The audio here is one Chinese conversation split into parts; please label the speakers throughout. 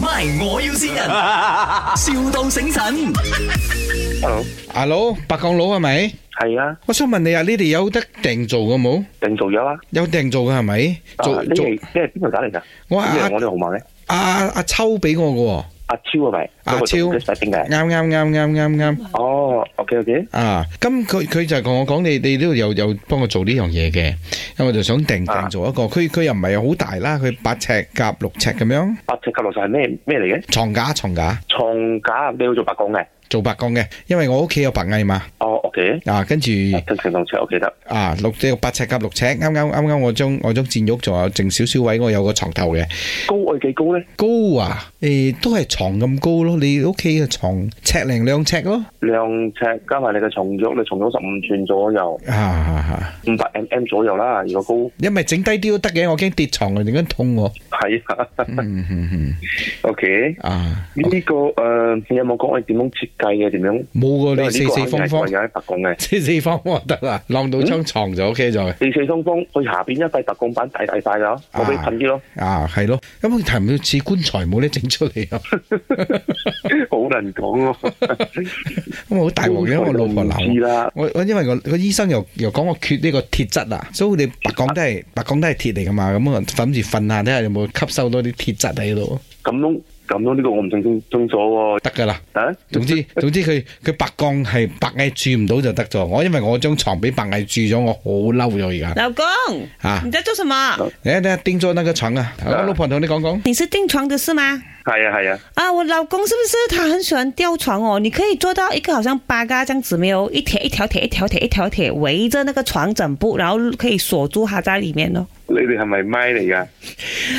Speaker 1: ，My 我要先人，,笑到醒神。
Speaker 2: Hello，
Speaker 3: 阿佬，白鋼佬係咪？
Speaker 2: 係啊，
Speaker 3: 我想問你啊，你哋有得訂做嘅冇？
Speaker 2: 定做咗啊。
Speaker 3: 有訂做嘅係咪？
Speaker 2: 啊
Speaker 3: 做
Speaker 2: 你
Speaker 3: 做
Speaker 2: 係你係邊度打嚟㗎？
Speaker 3: 我
Speaker 2: 呢
Speaker 3: 阿
Speaker 2: 個我哋號碼咧，
Speaker 3: 阿阿阿秋俾我嘅
Speaker 2: 阿超係咪？
Speaker 3: 阿
Speaker 2: 嗰個做
Speaker 3: 超
Speaker 2: guest setting 嘅。
Speaker 3: 喎，啱啱啱啱啱啱
Speaker 2: 哦，OK Ờ, OK，
Speaker 3: 啊！咁佢佢就同我講，你你呢度有有幫我做呢樣嘢嘅，咁我就想訂
Speaker 2: 啊
Speaker 3: 訂做一個，佢佢又唔係好大啦，佢八尺夾六尺咁樣，
Speaker 2: 八尺及落實係咩咩嚟嘅？
Speaker 3: 床架床架
Speaker 2: 床架你要做白鋼嘅。
Speaker 3: 做白鋼嘅，因為我屋企有白蟻嘛，
Speaker 2: 哦，OK，Ờ, À,
Speaker 3: 啊跟住。
Speaker 2: 正常同尺 OK 得。
Speaker 3: 啊，六隻八尺夾六尺，啱啱啱啱我張我張墊褥仲有剩少少位，我有個床頭嘅
Speaker 2: 高我幾高咧？
Speaker 3: 高啊，誒、都係床咁高咯，你屋企嘅床尺零兩尺咯，
Speaker 2: 兩尺加埋你嘅重褥，你重褥十五寸左右，
Speaker 3: 啊啊，啊
Speaker 2: 五百 mm 左右啦。如果
Speaker 3: 因為整低啲都得嘅，我驚跌床突然間痛我，
Speaker 2: 高 係啊
Speaker 3: 嗯嗯嗯
Speaker 2: ，OK。
Speaker 3: 嗯啊，
Speaker 2: 呢個誒，你有冇講我點樣設計嘅？點樣？
Speaker 3: 冇
Speaker 2: 因
Speaker 3: 個
Speaker 2: 為
Speaker 3: 你
Speaker 2: 呢
Speaker 3: 四
Speaker 2: 個
Speaker 3: 四
Speaker 2: 可能係
Speaker 3: 方
Speaker 2: 我
Speaker 3: 方
Speaker 2: 有，喺白鋼嘅。
Speaker 3: 四四方方就得啦，晾到張床就 OK 咗。
Speaker 2: 四四方方，佢下邊一塊白鋼板大大塊㗎，我俾你噴啲 咯，
Speaker 3: 啊，係咯，咁佢係咪似棺材冇咧整出嚟 啊？
Speaker 2: 好難講 咯。
Speaker 3: 咁啊我好大鑊嘅，我老婆鬧
Speaker 2: 知
Speaker 3: 我。
Speaker 2: 啦，
Speaker 3: 我我因為個個醫生又又講我缺呢個鐵質啊，所以你白講都係白講都係鐵嚟噶嘛，咁啊我諗住瞓下睇下有冇吸收多啲鐵質喺度，
Speaker 2: 咁樣咁樣呢個我唔正正中咗喎，
Speaker 3: 得噶啦。
Speaker 2: 啊？
Speaker 3: 總 之總之佢佢白鋼係白蟻住唔到就得咗。我因為我張床俾白蟻住咗，我好嬲咗而家
Speaker 4: 老公，
Speaker 3: 啊！
Speaker 4: 你在做什么？
Speaker 3: 你睇下叮咗那個床啊！我老婆同你講講，
Speaker 4: 你是订床的是吗？
Speaker 2: 係啊係啊，
Speaker 4: 啊，我老公是不是他很喜欢吊床哦？你可以做到一个好像八嘎这样子，没有一铁一条铁一条铁一条铁围着那个床整部，然后可以锁住它在里面哦。
Speaker 2: 你哋係咪咪嚟㗎？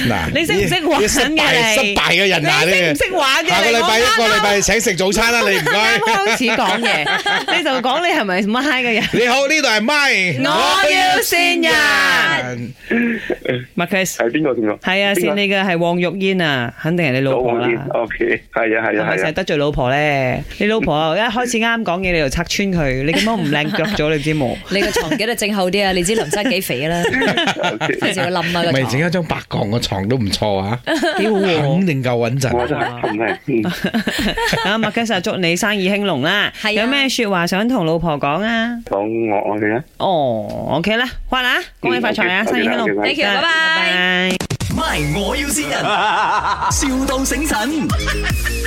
Speaker 3: 嗱，
Speaker 4: 你識唔識 玩
Speaker 3: 你失敗
Speaker 4: 嘅
Speaker 3: 失
Speaker 4: 你
Speaker 3: 敗嘅人啊！
Speaker 4: 你識唔
Speaker 3: 你
Speaker 4: 識玩嘅
Speaker 3: 下個
Speaker 4: 你
Speaker 3: 禮拜
Speaker 4: 我
Speaker 3: 一
Speaker 4: 啱
Speaker 3: 個
Speaker 4: 啱
Speaker 3: 禮拜請食早餐啦，你唔該
Speaker 4: 啱。啱開始講 嘢，你就講你係咪乜嗨嘅人？
Speaker 3: 你好，呢度係咪？
Speaker 4: 我要善人，Marcus
Speaker 2: 係邊個先講？
Speaker 4: 係啊，
Speaker 2: 邊個
Speaker 4: 善你嘅係黃玉燕啊，肯定係你老婆啦。
Speaker 2: O K，係啊係
Speaker 4: 係
Speaker 2: 啊
Speaker 4: 咪
Speaker 2: 係
Speaker 4: 成日
Speaker 2: 啊，
Speaker 4: 得罪老婆咧？你老婆一開始啱講嘢，你就拆穿佢，你咁樣唔 靚腳咗，你知冇？
Speaker 5: 你個床幾多正厚啲啊？你知林生幾肥啦， 費事會冧啊
Speaker 3: 唔
Speaker 5: 個
Speaker 3: 係整
Speaker 5: 床。
Speaker 3: 一張白鋼嘅床都唔錯 啊，
Speaker 4: 幾好喎！
Speaker 3: 肯定夠穩
Speaker 2: 我
Speaker 3: 陣。
Speaker 2: 真係真係，嗯
Speaker 4: 啊，麥吉實祝你生意興隆啦！
Speaker 5: 係啊
Speaker 4: 有咩説話想同老婆講啊？
Speaker 2: 講我愛你啊！
Speaker 4: 哦，OK 啦，發啦，恭喜發財啊，
Speaker 2: 嗯，OK，
Speaker 4: 生意興隆
Speaker 2: OK，OK，
Speaker 5: 拜拜
Speaker 4: Thank you，拜拜
Speaker 1: My 我要先人，,笑到醒神。